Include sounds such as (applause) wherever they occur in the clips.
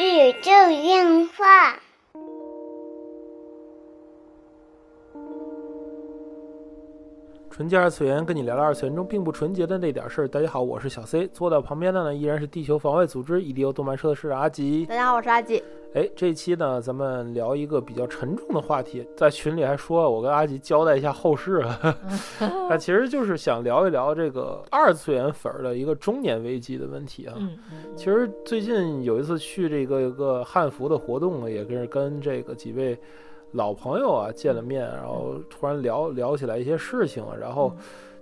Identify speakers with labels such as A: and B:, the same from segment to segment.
A: 宇宙电话。
B: 纯洁二次元，跟你聊聊二次元中并不纯洁的那点事儿。大家好，我是小 C，坐到旁边的呢依然是地球防卫组织 EDO 动漫社的社长阿吉。
C: 大家好，我是阿吉。
B: 哎，这一期呢，咱们聊一个比较沉重的话题，在群里还说我跟阿吉交代一下后事啊，那其实就是想聊一聊这个二次元粉儿的一个中年危机的问题啊。
C: 嗯，
B: 其实最近有一次去这个一个汉服的活动啊，也是跟这个几位老朋友啊见了面，然后
C: 嗯
B: 突然聊聊起来一些事情啊，然后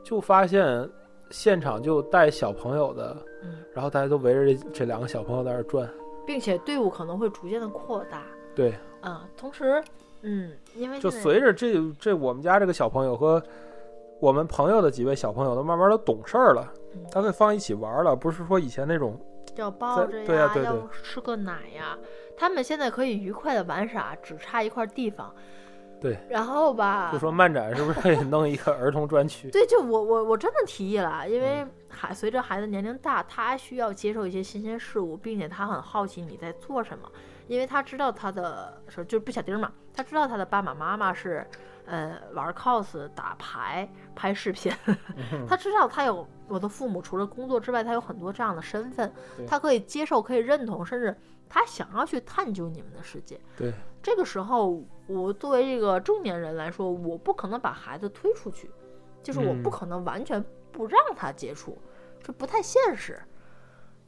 B: 就发现现场就带小朋友的
C: 嗯，
B: 然后大家都围着这这两个小朋友在那儿转，
C: 并且队伍可能会逐渐的扩大。
B: 对，
C: 啊，同时，嗯，因为
B: 就
C: 现在
B: 随着这这我们家这个小朋友和我们朋友的几位小朋友都慢慢都懂事儿了
C: 嗯，
B: 他们放一起玩儿了，不是说以前那种
C: 要抱
B: 在
C: 着呀，
B: 对啊呀对
C: 要
B: 对
C: 吃个奶呀，他们现在可以愉快的玩耍，只差一块地方。
B: 对，
C: 然后吧，
B: 就说漫展是不是可以弄一个儿童专区？ (laughs)
C: 对，就我我我真的提议了，因为孩随着孩子年龄大，他需要接受一些新鲜事物，并且他很好奇你在做什么，因为他知道他的是就是不小丁儿嘛，他知道他的爸爸妈妈是呃玩 cos、打牌、拍视频，他知道他有我的父母除了工作之外，他有很多这样的身份
B: 对，
C: 他可以接受、可以认同，甚至他想要去探究你们的世界。
B: 对，
C: 这个时候，我作为这个中年人来说，我不可能把孩子推出去，就是我
B: 嗯
C: 不可能完全不让他接触，这不太现实，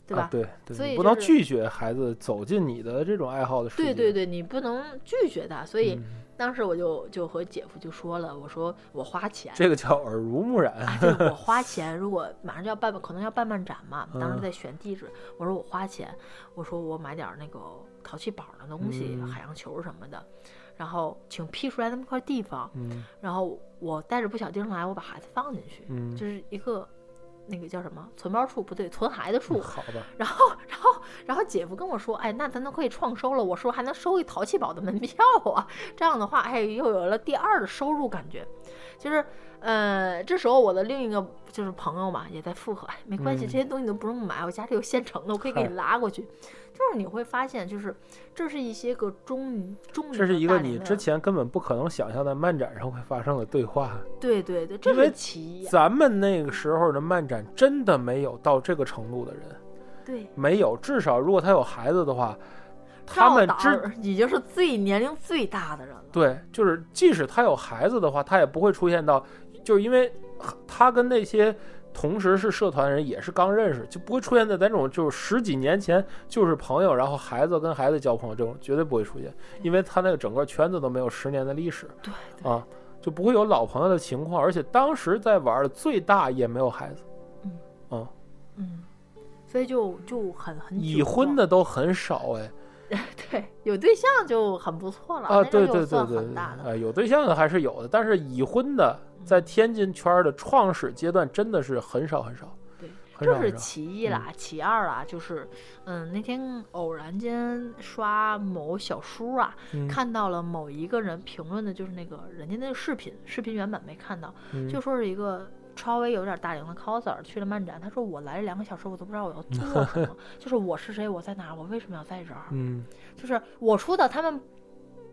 C: 对吧？
B: 啊、对对，
C: 所
B: 你
C: 以
B: 不
C: 就
B: 能
C: 是
B: 拒绝孩子走进你的这种爱好的世界。
C: 对对对，你不能拒绝他。所以
B: 嗯
C: 当时我就就和姐夫就说了，我说我花钱，
B: 这个叫耳濡目染。
C: 啊，对，我花钱，如果马上就要办，可能要办漫展嘛，当时
B: 嗯
C: 在选地址，我说我花钱，我说我买点儿那个淘气堡的东西，
B: 嗯
C: 海洋球什么的，然后请辟出来那么块地方，
B: 嗯
C: 然后我带着不小丁来，我把孩子放进去，
B: 嗯，
C: 就是一个那个叫什么存包处不对，存孩子处。
B: 嗯好吧，
C: 然后， (laughs) 然后，然后姐夫跟我说：“哎，那咱都可以创收了。”我说：“还能收一淘气堡的门票啊！”这样的话，哎，又有了第二的收入感觉。就是，呃，这时候我的另一个就是朋友嘛，也在附和：“哎，没关系，
B: 嗯
C: 这些东西都不用买，我家里有现成的，我可以给你
B: 嗨
C: 拉过去。”就是你会发现，就是这是一些个中中
B: 这是
C: 年
B: 一
C: 到
B: 个
C: 大
B: 你
C: 龄的
B: 之前根本不可能想象在漫展上会发生的对话。
C: 对对对，这
B: 因为
C: 是其一啊、
B: 咱们那个时候的漫展真的没有到这个程度的人，
C: 对，
B: 没有。至少如果他有孩子的话，他们之
C: 之已经是最年龄最大的人了。
B: 对，就是即使他有孩子的话，他也不会出现到，就是因为他跟那些同时是社团人也是刚认识，就不会出现在咱这种就是十几年前就是朋友，然后孩子跟孩子交朋友这种绝对不会出现，因为他那个整个圈子都没有十年的历史
C: 对对，
B: 啊，就不会有老朋友的情况，而且当时在玩的最大也没有孩子，
C: 嗯，所以就就很很
B: 已
C: 窘
B: 婚
C: 迫
B: 的都很少哎
C: 对，有对象就很不错了
B: 啊，
C: 那这
B: 对
C: 就
B: 对对
C: 算
B: 对
C: 很，大的。嗯
B: 呃，有对象的还是有的，但是已婚的在天津圈儿的创始阶段真的是很少很少。
C: 对，
B: 很少嗯
C: 这是
B: 很少。
C: 其一啦，其二啦，就是嗯，那天偶然间刷某小书啊，
B: 嗯
C: 看到了某一个人评论的，就是那个人家那个视频，视频原本没看到，
B: 嗯
C: 就说是一个。稍微有点大龄的 coser 去了漫展，他说我来了两个小时，我都不知道我要做什
B: (laughs)
C: 么，就是我是谁，我在哪儿，我为什么要在这儿？
B: 嗯，
C: 就是我出的，他们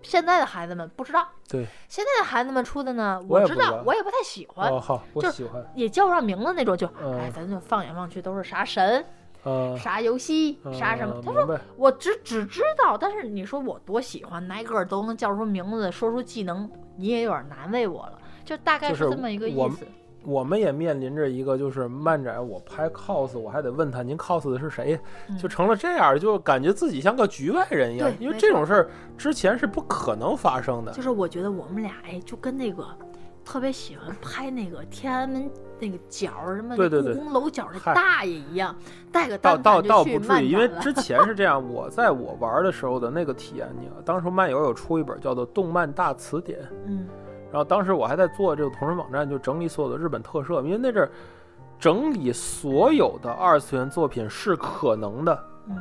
C: 现在的孩子们不知道。
B: 对，
C: 现在的孩子们出的呢，
B: 我也
C: 知
B: 不知
C: 道
B: 道，
C: 我也不太喜欢，
B: 哦好，我
C: 就
B: 喜欢，
C: 也叫不上名字那种，就、
B: 嗯
C: 哎，咱就放眼望去都是啥神、
B: 嗯，
C: 啥游戏、啥什么
B: 嗯。
C: 他
B: 明
C: 说
B: 白，
C: 我只只知道，但是你说我多喜欢，挨个儿都能叫出名字，说出技能，你也有点难为我了。就大概
B: 就是
C: 这么一个
B: 我
C: 意思。
B: 我们也面临着一个就是漫展，我拍 cos，我还得问他您 cos 的是谁，
C: 嗯
B: 就成了这样，就感觉自己像个局外人一样，
C: 对
B: 因为
C: 没
B: 这
C: 错
B: 种事儿之前是不可能发生的
C: 就。是我觉得我们俩哎，就跟那个特别喜欢拍那个天安门那个角儿什么
B: 对
C: 那
B: 对
C: 故
B: 对
C: 宫楼角儿的
B: 嗨
C: 大爷一样，带个
B: 倒
C: 单
B: 倒
C: 反
B: 倒
C: 就去
B: 不至
C: 漫
B: 于，因为
C: 展了。
B: 之前是这样，我在我玩的时候的那个体验，你当时漫游有出一本叫做《动漫大词典》，
C: 嗯，
B: 然后当时我还在做这个同人网站，就整理所有的日本特摄，因为那阵儿整理所有的二次元作品是可能的。
C: 嗯，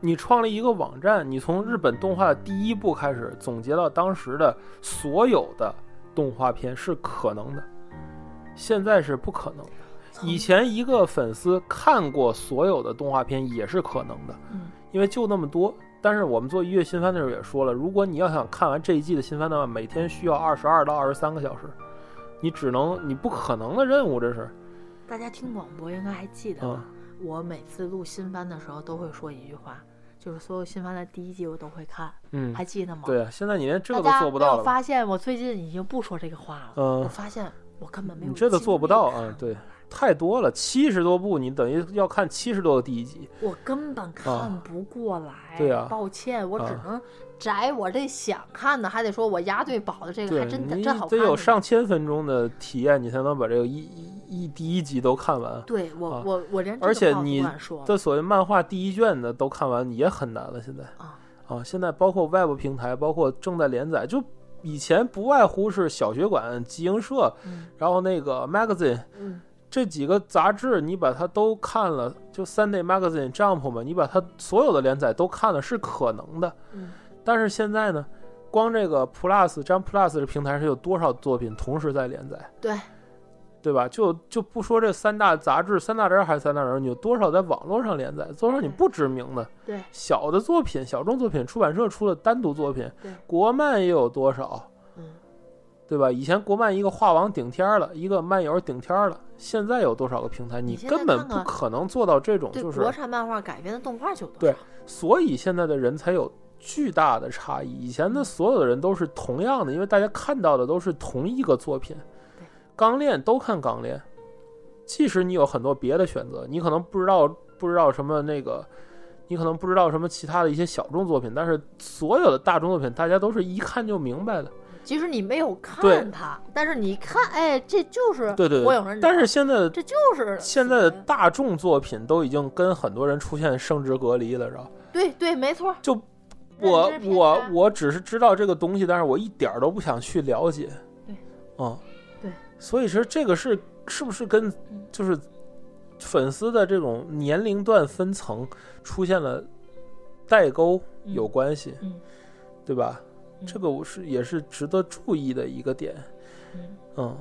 B: 你创立一个网站，你从日本动画的第一部开始总结到当时的所有的动画片是可能的，现在是不可能的。以前一个粉丝看过所有的动画片也是可能的，
C: 嗯
B: 因为就那么多。但是我们做一月新番的时候也说了，如果你要想看完这一季的新番的话，每天需要二十二到二十三个小时，你只能你不可能的任务，这是。
C: 大家听广播应该还记得吧？
B: 嗯
C: 我每次录新番的时候都会说一句话，就是所有新番的第一季我都会看，
B: 嗯，
C: 还记得吗？
B: 对啊，现在你连这个
C: 大
B: 都
C: 家
B: 做不
C: 没有
B: 到了吧，
C: 发现我最近已经不说这个话了。
B: 嗯
C: 我发现我根本没有。
B: 你这都做不到啊，对。，太多了，七十多部，你等于要看七十多个第一集。
C: 我根本看不过来。
B: 啊对啊
C: 抱歉，我只
B: 啊
C: 能摘我这想看的，还得说我押对宝的这个
B: 对
C: 还真的
B: 你
C: 真好
B: 得
C: 看。
B: 有上。千分钟的体验，你才能把这个一一一第一集都看完。
C: 对我、
B: 啊
C: 我我连这
B: 而且
C: 个话我都
B: 你
C: 不敢说了
B: 这所谓漫画第一卷的都看完也很难了，现在
C: 啊
B: 啊，现在包括 Web 平台，包括正在连载，就以前不外乎是小学馆、集英社，
C: 嗯
B: 然后那个 Magazine
C: 嗯，
B: 这几个杂志，你把它都看了，就 Sunday Magazine、Jump 嘛，你把它所有的连载都看了是可能的。
C: 嗯
B: 但是现在呢，光这个 Plus、Jump Plus 这平台上有多少作品同时在连载？
C: 对，
B: 对吧？就就不说这三大杂志，三大人还是三大人，你有多少在网络上连载，多少你不知名的
C: 对
B: 小的作品、小众作品，出版社出了单独作品
C: 对，
B: 国漫也有多少，
C: 嗯，
B: 对吧？以前国漫一个画王顶天了，一个漫游顶天了，现在有多少个平台？你
C: 你现在
B: 根本
C: 看
B: 不
C: 看
B: 可能做到这种，
C: 对、
B: 就是
C: 国产漫画改编的动画就有多
B: 对
C: 少？
B: 所以现在的人才有巨大的差异。以前的所有的人都是同样的，因为大家看到的都是同一个作品
C: 对。
B: 钢炼都看钢炼，即使你有很多别的选择，你可能不知道不知道什么那个，你可能不知道什么其他的一些小众作品，但是所有的大众作品，大家都是一看就明白的。
C: 即使你没有
B: 对
C: 看它，但是你看，哎，这就是
B: 对对
C: 火影
B: 对
C: 忍者。。
B: 但是现在的
C: 这就是
B: 现在的
C: 死神
B: 大众作品都已经跟很多人出现生殖隔离了，知道吧
C: 对对，没错儿。
B: 就
C: 认
B: 我
C: 知偏
B: 我
C: 差
B: 我只是知道这个东西，但是我一点儿都不想去了解。
C: 对，
B: 嗯，
C: 对。嗯
B: 所以说这个是是不是跟就是粉丝的这种年龄段分层出现了代沟有关系，
C: 嗯
B: 对吧？
C: 嗯
B: 这个我是也是值得注意的一个点。
C: 嗯
B: 嗯，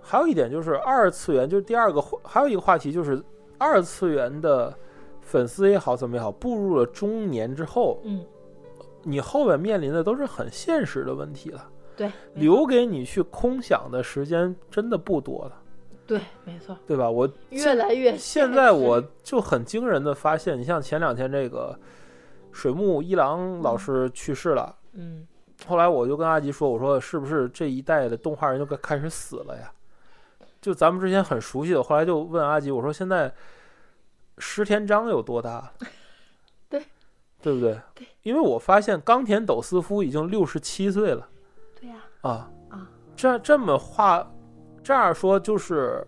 B: 还有一点就是二次元，就是第二个话，还有一个话题就是二次元的粉丝也好，怎么也好，步入了中年之后，
C: 嗯，
B: 你后面面临的都是很现实的问题了，
C: 对，没
B: 留给你去空想的时间真的不多了，
C: 对，没错儿，
B: 对吧？我
C: 越来越
B: 现在我就很惊人的发现，你像前两天这个水木一郎老师去世了，
C: 嗯，
B: 后来我就跟阿吉说，我说是不是这一代的动画人就该开始死了呀？就咱们之前很熟悉的，后来就问阿吉，我说现在石田章有多大？
C: (laughs) 对，
B: 对不对？
C: 对，
B: 因为我发现冈田斗司夫已经六十七岁了
C: 对呀
B: 啊
C: 啊，
B: 这这么话这样说就是，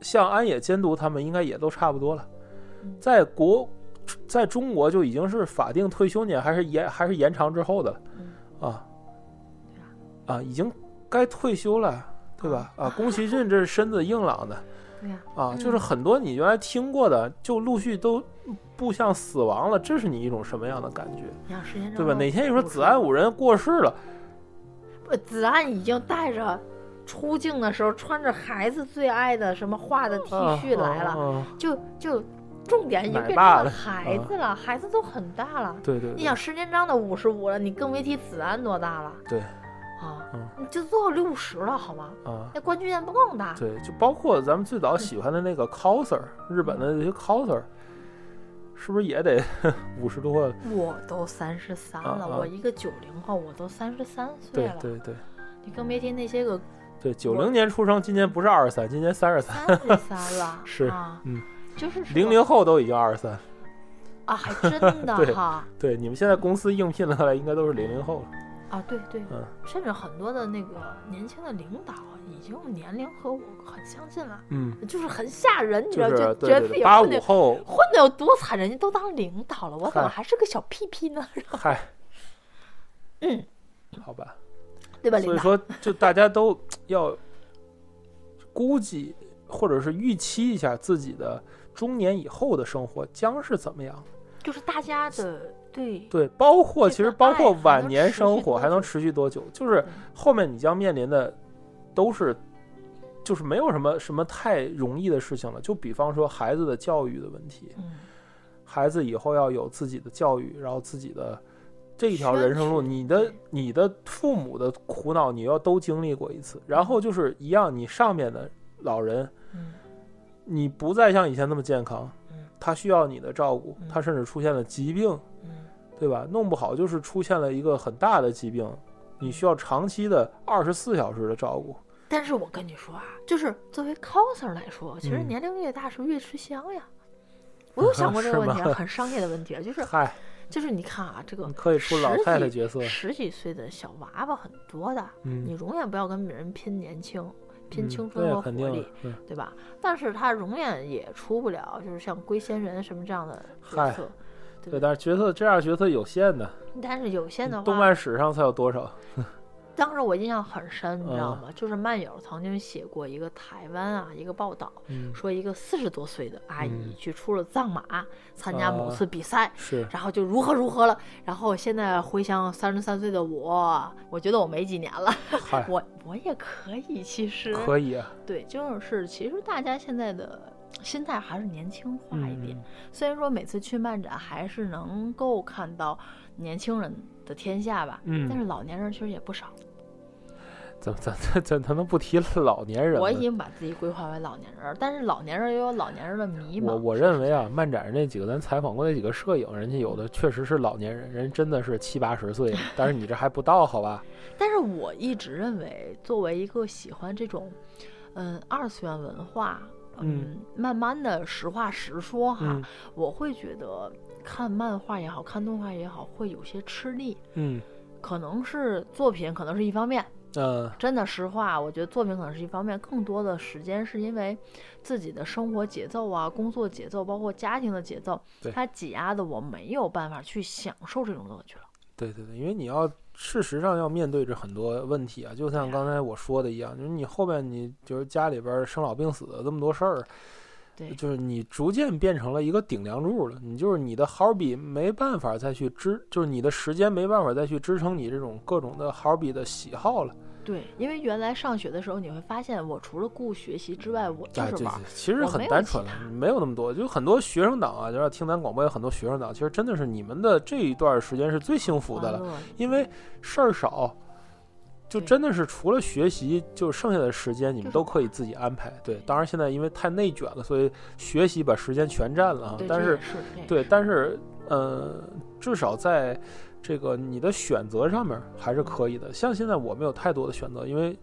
B: 像安野监督他们应该也都差不多了
C: 嗯，
B: 在国在中国就已经是法定退休年还是延还是延长之后的了。
C: 嗯
B: 啊
C: 对啊，
B: 啊，已经该退休了，对吧？啊，宫崎骏这是身子硬朗的
C: 对呀，
B: 啊，就是
C: 嗯
B: 很多你原来听过的，就陆续都步向死亡了，这是你一种什么样的感觉，
C: 你想时间
B: 对吧？哪天一说子
C: 安
B: 安五人过世了，
C: 子安已经带着出镜的时候穿着孩子最爱的什么画的 T
B: 啊
C: 恤来
B: 啊
C: 了，
B: 啊
C: 就就重点已经
B: 奶
C: 变成
B: 爸
C: 了
B: 了啊
C: 孩子了，孩子都很大了。
B: 对对
C: 你
B: 对
C: 想石间章都五十五了，你更别提子安多大了
B: 对
C: 啊
B: 嗯！
C: 你就做到六十了好吗？
B: 啊。
C: 那关雎彦不更大？
B: 对，就包括咱们最
C: 嗯
B: 早喜欢的那个 coser，日本的那些 coser，是不是也得 (laughs) 五十多了？
C: 我都三十三
B: 啊
C: 了，
B: 啊
C: 我一个九零后，我都三十三岁
B: 对
C: 了，
B: 对对
C: 你更别提那些
B: (laughs)
C: 个
B: 对，九零年出生，今年不是二十三，今年三十三，，
C: 三十三了
B: 是
C: 啊，
B: 嗯，
C: 就是
B: 零零后都已经二十三。
C: 啊，还真
B: (laughs) 对
C: 的哈
B: 对，你们现在公司应聘的来应该都是零零后了。
C: 啊，对对，
B: 嗯
C: 甚至很多的那个年轻的领导已经年龄和我很相近了，
B: 嗯，
C: 就是很吓人，你知
B: 就
C: 道，
B: 是
C: 就
B: 对
C: 觉得
B: 对
C: 自己
B: 对，八
C: 混的
B: 五
C: (laughs)
B: 后，
C: 混的有多惨，人家都当领导了，我怎
B: 嗨
C: 么还是个小屁屁呢？ (laughs)
B: 嗨，嗯，好吧。
C: 对吧，
B: 所
C: 领
B: 以
C: 导？
B: 说，就大家都要估计或者是预期一下自己的中年以后的生活将是怎么样。
C: 就是大家的对
B: 对，包括其
C: 这
B: 实
C: 个
B: 包括
C: 爱还
B: 晚
C: 能
B: 年
C: 持续
B: 生活
C: 多
B: 还能
C: 久嗯
B: 持续多久，就是
C: 对
B: 后面你将面临的都是就是没有什么什么太容易的事情了。就比方说孩子的教育的问题，
C: 嗯，
B: 孩子以后要有自己的教育，然后自己的这一条
C: 宣
B: 人生路，
C: 誓
B: 你的
C: 对
B: 你的父母的苦恼，你要都经历过一次。然后就是一样，你上面的老人，
C: 嗯
B: 你不再像以前那么健康
C: 嗯，
B: 他需要你的照顾，
C: 嗯
B: 他甚至出现了疾病，
C: 嗯
B: 对吧？弄不好就是出现了一个很大的疾病，你需要长期的二十四小时的照顾。
C: 但是我跟你说啊，就是作为 coser 来说，其实
B: 嗯
C: 年龄越大是越吃香呀。我有
B: (laughs)
C: 想过这个
B: 是
C: 问
B: 吗
C: 题啊，很商业的问题啊，就是
B: 嗨，
C: 就是你看啊，这个
B: 你可以出老太太角色
C: 十几，十几岁的小娃娃很多的，你
B: 嗯，
C: 永远不要跟别人拼年轻、拼
B: 嗯
C: 青春和
B: 对，
C: 活
B: 肯定
C: 力
B: 的，，嗯
C: 对吧？但是他永远也出不了，就是像龟仙人什么这样的角
B: 嗨
C: 色。对
B: 对，但是角色这样角色有限的，
C: 但是有些的
B: 动
C: 话，
B: 漫史上才有多
C: (laughs)
B: 少？
C: 当时我印象很深，你知道
B: 嗯
C: 吗？就是漫友曾经写过一个台湾啊一个报道，
B: 嗯，
C: 说一个四十多岁的阿姨
B: 嗯
C: 去出了藏马，参加某
B: 啊
C: 次比赛，
B: 是，
C: 然后就如何如何了。然后现在回想三十三岁的我，我觉得我没几年了，
B: 嗨，
C: 我我也可以，其实
B: 可以啊，
C: 对，就是其实大家现在的心态还是年轻化一点。
B: 嗯
C: 虽然说每次去漫展还是能够看到年轻人的天下吧，
B: 嗯
C: 但是老年人其实也不少。
B: 怎么怎么怎么能不提老年人呢？
C: 我已经把自己规划为老年人儿，但是老年人也有老年人的迷茫。
B: 我我认为啊，漫展上那几个咱采访过那几个摄影，人家有的确实是老年人，人真的是七八十岁了，但是你这还不到，好吧？
C: 但是我一直认为，作为一个喜欢这种，嗯，二次元文化，嗯，慢慢的实话实说哈，
B: 嗯
C: 我会觉得看漫画也好看动画也好，会有些吃力。
B: 嗯
C: 可能是作品，可能是一方面。
B: 嗯
C: 真的实话，我觉得作品可能是一方面，更多的时间是因为自己的生活节奏啊、工作节奏，包括家庭的节奏
B: 对，
C: 它挤压的我没有办法去享受这种乐趣了。
B: 对对对，因为你要事实上要面对着很多问题啊，就像刚才我说的一样，就是你后面你就是家里边儿生老病死的这么多事儿，
C: 对
B: 就是你逐渐变成了一个顶梁柱了，你就是你的好比没办法再去支，就是你的时间没办法再去支撑你这种各种的好比的喜好了。
C: 对，因为原来上学的时候，你会发现，我除了顾学习之外，我就
B: 哎，
C: 是
B: 对
C: 玩儿。，
B: 其实
C: 我
B: 很
C: 没有啊
B: 单
C: 其
B: 纯了
C: 他，
B: 没有那么多。就很多学生党啊，就是听咱广播有很多学生党，其实真的是你们的这一段时间是最幸福的了啊
C: 玩。乐
B: 因为事儿少，就
C: 对
B: 真的是除了学习，就剩下的时间你
C: 就
B: 们
C: 是
B: 都可以自己安排。对，当然现在因为太内卷了，所以学习把时间全占了啊
C: 对，。
B: 但
C: 这也
B: 是，
C: 是这也
B: 对，
C: 是
B: 但是，呃，至少在这个你的选择上面还是可以的。像现在我没有太多的选择，因为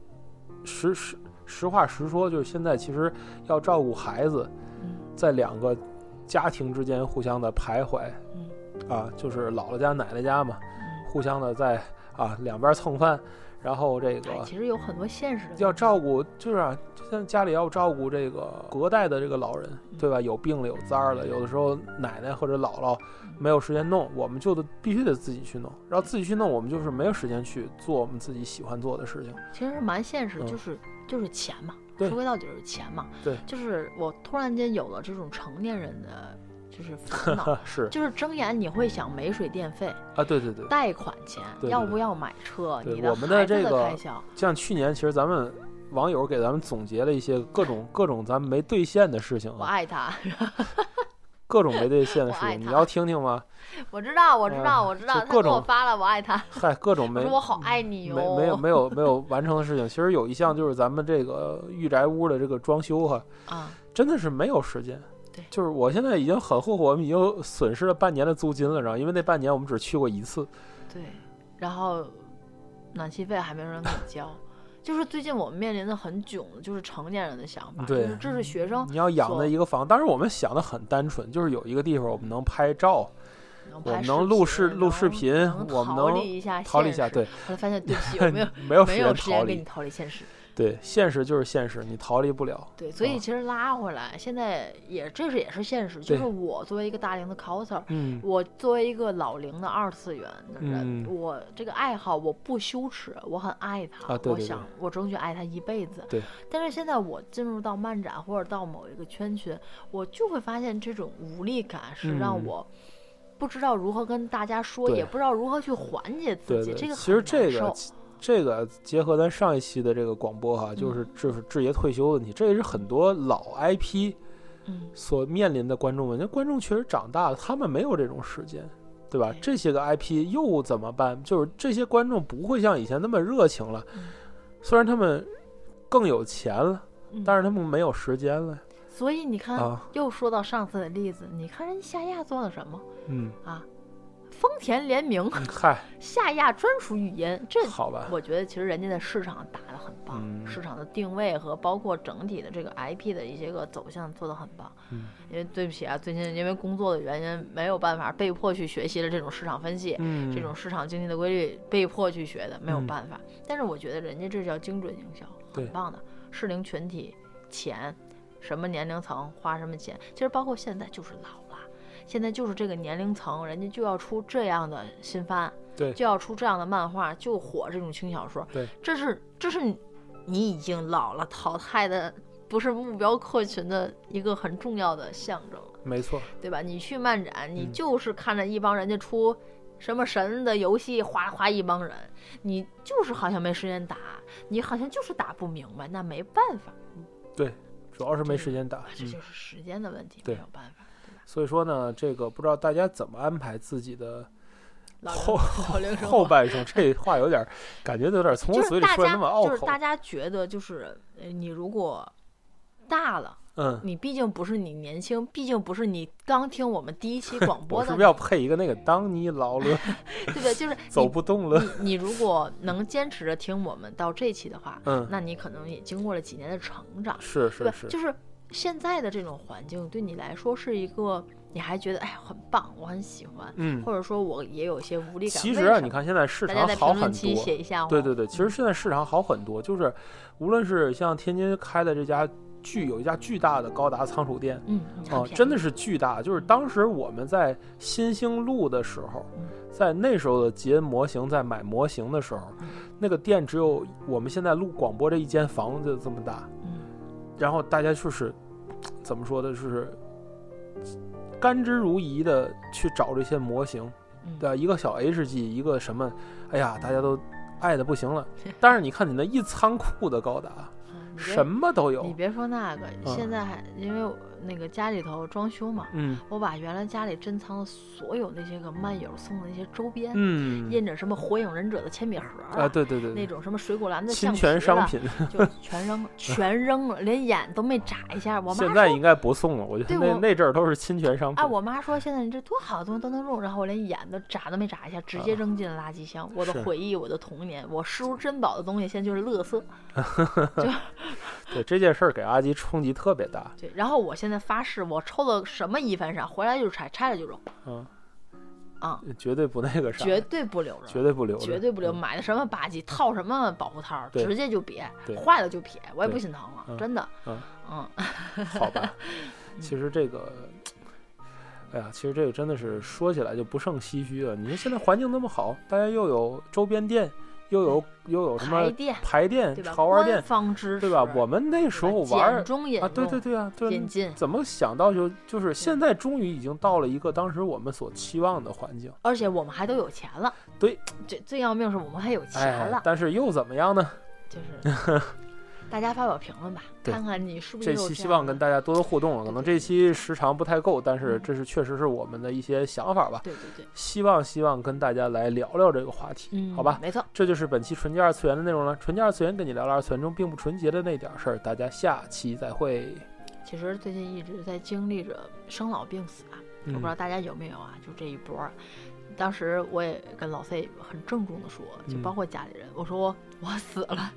B: 实实实话实说，就是现在其实要照顾孩子，
C: 嗯
B: 在两个家庭之间互相的徘徊
C: 嗯
B: 啊，就是姥姥家、奶奶家嘛。
C: 嗯，
B: 互相的在啊两边蹭饭，然后这个
C: 哎，其实有很多现实的
B: 啊要
C: 问题
B: 照顾，就是啊，就像家里要照顾这个隔代的这个老人，
C: 嗯
B: 对吧？有病了，有灾儿了，有的时候奶奶或者姥姥
C: 嗯
B: 没有时间弄，我们就得必须得自己去弄，然后自己去弄，我们就是没有时间去做我们自己喜欢做的事情。
C: 其实蛮现实，
B: 嗯
C: 就是就是钱嘛，
B: 对
C: 说归到底就是钱嘛。
B: 对，
C: 就是我突然间有了这种成年人的就是烦恼
B: (laughs) 是
C: 啊就是睁眼你会想没水电费、
B: 啊，对对对，
C: 贷款钱，
B: 对对
C: 要不要买车，
B: 对
C: 你
B: 我
C: 的
B: 们的
C: 孩子
B: 这个
C: 的开销，
B: 像去年其实咱们网友给咱们总结了一些各种各种咱们没兑现的事情
C: 我
B: 啊，
C: 爱他， (laughs)
B: 各种没兑现的
C: 我
B: 事
C: 爱
B: 情，你
C: 他
B: 要听听吗？
C: 我知道，我知道，
B: 嗯
C: 我知道，
B: 就
C: 他
B: 各
C: 给我
B: 种
C: 发了，我爱他，
B: 嗨，各种
C: 我
B: 没
C: 说我好爱你哟，
B: 没没有没有没有完成的事情，其实有一项就是咱们这个御宅屋的这个装修哈，
C: 啊，
B: 真的是没有时间。
C: 对
B: 就是我现在已经很后悔，我们已经损失了半年的租金了，然后因为那半年我们只去过一次。
C: 对，然后暖气费还没有人给交。 (laughs) 就是最近我们面临的很囧，就是成年人的想法，就
B: 对
C: 是这是学生
B: 你要养
C: 所
B: 的一个房，当然我们想的很单纯，就是有一个地方我们能拍照，
C: 能
B: 我
C: 拍
B: 们能录视
C: 视
B: 录视频
C: 能
B: 我们
C: 逃
B: 能
C: 离一下
B: 逃离一
C: 现
B: 下。
C: 实
B: 对，
C: 后来
B: (laughs)
C: 发现对不起， (laughs) 我没有
B: 没有时
C: 没有
B: 间
C: 时
B: 逃
C: 间给你
B: 离。
C: 逃离现实。
B: 对，现实就是现实，你逃离不了。
C: 对，所以
B: 啊
C: 其实拉回来，现在也这是也是现实，就是
B: 对
C: 我作为一个大龄的 coser，
B: 嗯，
C: 我作为一个老龄的二次元的人，
B: 嗯
C: 我这个爱好我不羞耻，我很爱它，
B: 啊对
C: 我
B: 对
C: 想
B: 对
C: 我争取爱它一辈子。
B: 对，
C: 但是现在我进入到漫展或者到某一个圈群，我就会发现这种无力感是让
B: 嗯
C: 我。不知道如何跟大家说，
B: 对
C: 也不知道如何去缓解自
B: 对
C: 己，
B: 对。
C: 这个
B: 其实这
C: 很难受
B: 个这个结合咱上一期的这个广播哈，
C: 嗯
B: 就是志志爷退休问题，这也是很多老 IP
C: 嗯，
B: 所面临的观众问题。观众确实长大了，他们没有这种时间，对吧
C: 对？
B: 这些个 IP 又怎么办？就是这些观众不会像以前那么热情了
C: 嗯，
B: 虽然他们更有钱了，
C: 嗯
B: 但是他们没有时间了
C: 所以你看，
B: 啊。
C: 又说到上次的例子，你看人家夏亚做了什么？啊
B: 嗯，
C: 丰田联名，
B: 嗨，
C: 夏亚专属语言，这
B: 好吧，
C: 我觉得其实人家在市场打得很棒，
B: 嗯
C: 市场的定位和包括整体的这个 IP 的一些个走向做得很棒。
B: 嗯
C: 因为对不起啊，最近因为工作的原因没有办法，被迫去学习了这种市场分析。
B: 嗯，
C: 这种市场经济的规律被迫去学的，没有
B: 嗯
C: 办法。但是我觉得人家这叫精准营销，
B: 对
C: 很棒的，适龄群体，钱，什么年龄层花什么钱，其实包括现在就是老了，现在就是这个年龄层，人家就要出这样的新番，
B: 对
C: 就要出这样的漫画，就火这种轻小说，
B: 对，
C: 这是这是你你已经老了淘汰的，不是目标客群的一个很重要的象征。
B: 嗯没错，
C: 对吧？你去漫展，你
B: 嗯
C: 就是看着一帮人家出什么神的游戏，哗哗一帮人，你就是好像没时间打，你好像就是打不明白，那没办法，
B: 主要是没时间打
C: 啊，
B: 嗯
C: 这就是时间的问题，
B: 对
C: 没有办法。对吧
B: 所以说呢，这个不知道大家怎么安排自己的 (laughs)
C: 老
B: 后
C: 老龄生
B: 后
C: 活
B: 半生，这话有点儿感觉有点儿从我
C: 就
B: 嘴
C: 是
B: 里
C: 大
B: 出来
C: 家
B: 那么拗
C: 就是
B: 口。
C: 大家觉得就是呃你如果大了，
B: 嗯，
C: 你毕竟不是你年轻，毕竟不是你刚听我们第一期广播
B: 我是
C: 的
B: 不是，要配一个那个当你老
C: (laughs)
B: 了
C: 对不对？就是
B: 走不动了？
C: 你你如果能坚持着听我们到这期的话，
B: 嗯
C: 那你可能也经过了几年的成长，
B: 是
C: 对
B: 是
C: 吧？
B: 是，
C: 就是现在的这种环境对你来说是一个，你还觉得哎很棒，我很喜欢，
B: 嗯，
C: 或者说我也有些无力感。
B: 其
C: 为
B: 实啊，
C: 什
B: 你
C: 么，
B: 看现在市
C: 大家
B: 场
C: 在
B: 好
C: 评
B: 很
C: 论区
B: 多，
C: 写一下我。
B: 对对对，其实现在市场好很多，就是无论是像天津开的这家巨有一家巨大的高达仓储店，
C: 嗯，嗯
B: 啊
C: 很，便
B: 真
C: 宜
B: 的是巨大！就是当时我们在新兴路的时候
C: 嗯，
B: 在那时候的吉恩模型在买模型的时候
C: 嗯，
B: 那个店只有我们现在录广播这一间房子这么大，
C: 嗯
B: 然后大家就是怎么说的，就是甘之如饴的去找这些模型
C: 嗯
B: 的一个小 H G，一个什么，哎呀，大家都爱的不行
C: (laughs)
B: 了。但是你看你那一仓库的高达，
C: 嗯你别
B: 什么都
C: 你
B: 有，
C: 别说那个，现在还因为我那个家里头装修嘛，
B: 嗯
C: 我把原来家里珍藏的所有那些个漫友送的那些周边，
B: 嗯，
C: 印着什么火影忍者的铅笔盒
B: 啊，对对对
C: 那
B: 对，
C: 种什么水果篮子、
B: 侵
C: 橡皮
B: 权商
C: 了
B: 品。
C: 就全扔了，全扔了，连眼都没眨一下。我妈
B: 现在
C: 说
B: 应该不送了，我觉得
C: 对
B: 那
C: 我
B: 那阵儿都是侵权商品。
C: 哎，我妈说现在你这多好的东西都能用，然后我连眼都眨都没眨一下，直接
B: 啊
C: 扔进了垃圾箱。我
B: 是
C: 的回忆，我的童年，我视如珍宝的东西，现在就是垃圾。
B: 对这件事儿给阿基冲击特别大。
C: 对，然后我现在发誓，我抽了什么一番赏，回来就拆，拆了就扔，
B: 嗯
C: 啊，
B: 绝对不那个啥，
C: 绝对不留着，
B: 啊绝对不留着，
C: 绝对不留。
B: 嗯
C: 买的什么吧唧，套什么保护套，
B: 对
C: 直接就别
B: 对，
C: 坏了就撇，我也
B: 对
C: 不心疼了，
B: 嗯
C: 真的。
B: 嗯
C: 嗯，
B: 好
C: (laughs)
B: 吧，其实这个。哎呀，其实这个真的是说起来就不胜唏嘘啊了。你说现在环境那么好，大家又有周边店，又有又有什
C: 排
B: 么
C: 店
B: 排店、
C: 对吧？
B: 潮玩
C: 官
B: 店，
C: 方支持
B: 对吧？我们那
C: 对
B: 时
C: 吧
B: 候玩儿
C: 简中引
B: 啊，对对
C: 用
B: 对啊，对
C: 引，进，
B: 怎么想到就就是现在终于已经到了一个当时我们所期望的环境。
C: 而且我们还都有钱了。
B: 对，
C: 最最要命是我们还有钱
B: 哎
C: 了，，
B: 但是又怎么样呢？
C: (laughs) 就是
B: (laughs)
C: 大家发表评论吧，
B: 对
C: 看看你是不是
B: 这
C: 有
B: 期
C: 样
B: 希望
C: 的
B: 跟大家多多互动了，可能
C: 对对
B: 这期时长不太够，但是
C: 嗯
B: 这是确实是我们的一些想法吧。
C: 对对对，
B: 希望希望跟大家来聊聊这个话题，
C: 嗯，
B: 好吧？
C: 没错，
B: 这就是本期纯洁二次元的内容了。纯洁二次元跟你聊聊二次元中并不纯洁的那点儿事儿，大家下期再会。
C: 其实最近一直在经历着生老病死啊，我不
B: 嗯
C: 知道大家有没有啊，就这一波儿。当时我也跟老 C 很郑重的说，就
B: 嗯
C: 包括家里人，我说我死了，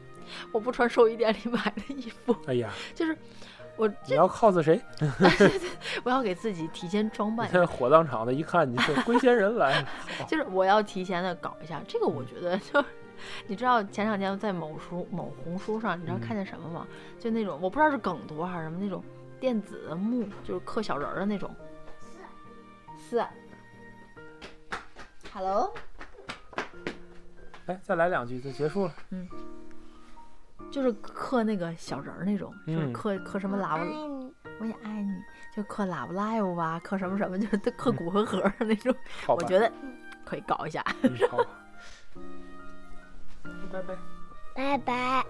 C: 我不穿寿衣店里买的衣服，
B: 哎呀，
C: 就是我
B: 你要 cos 谁？
C: 我要给自己提前装扮一下
B: 现在火葬场的一看你是龟仙人
C: (laughs)
B: 来了，好
C: 就是我要提前的搞一下，这个
B: 嗯
C: 我觉得 (laughs) 就是，你知道前两天在某书某红书上，你知道
B: 嗯
C: 看见什么吗？就那种我不知道是梗图啊还是什么那种电子的木，就是刻小人儿的那种。四，Hello，
B: 来哎再来两句就结束了。
C: 就是刻那个小人儿那种，就是
B: 嗯
C: 刻刻什么
A: 我
C: 喇
A: 爱
C: 叭，
A: 你，
C: 我也爱你，就刻喇叭 live 啊，刻什么什么，就是刻
B: 嗯
C: 骨灰盒
B: (laughs)
C: 儿的那种，
B: 好嗯
C: 我
B: 吧，
C: 觉得可以搞一下。
B: 嗯好吧。拜拜。
A: 拜拜。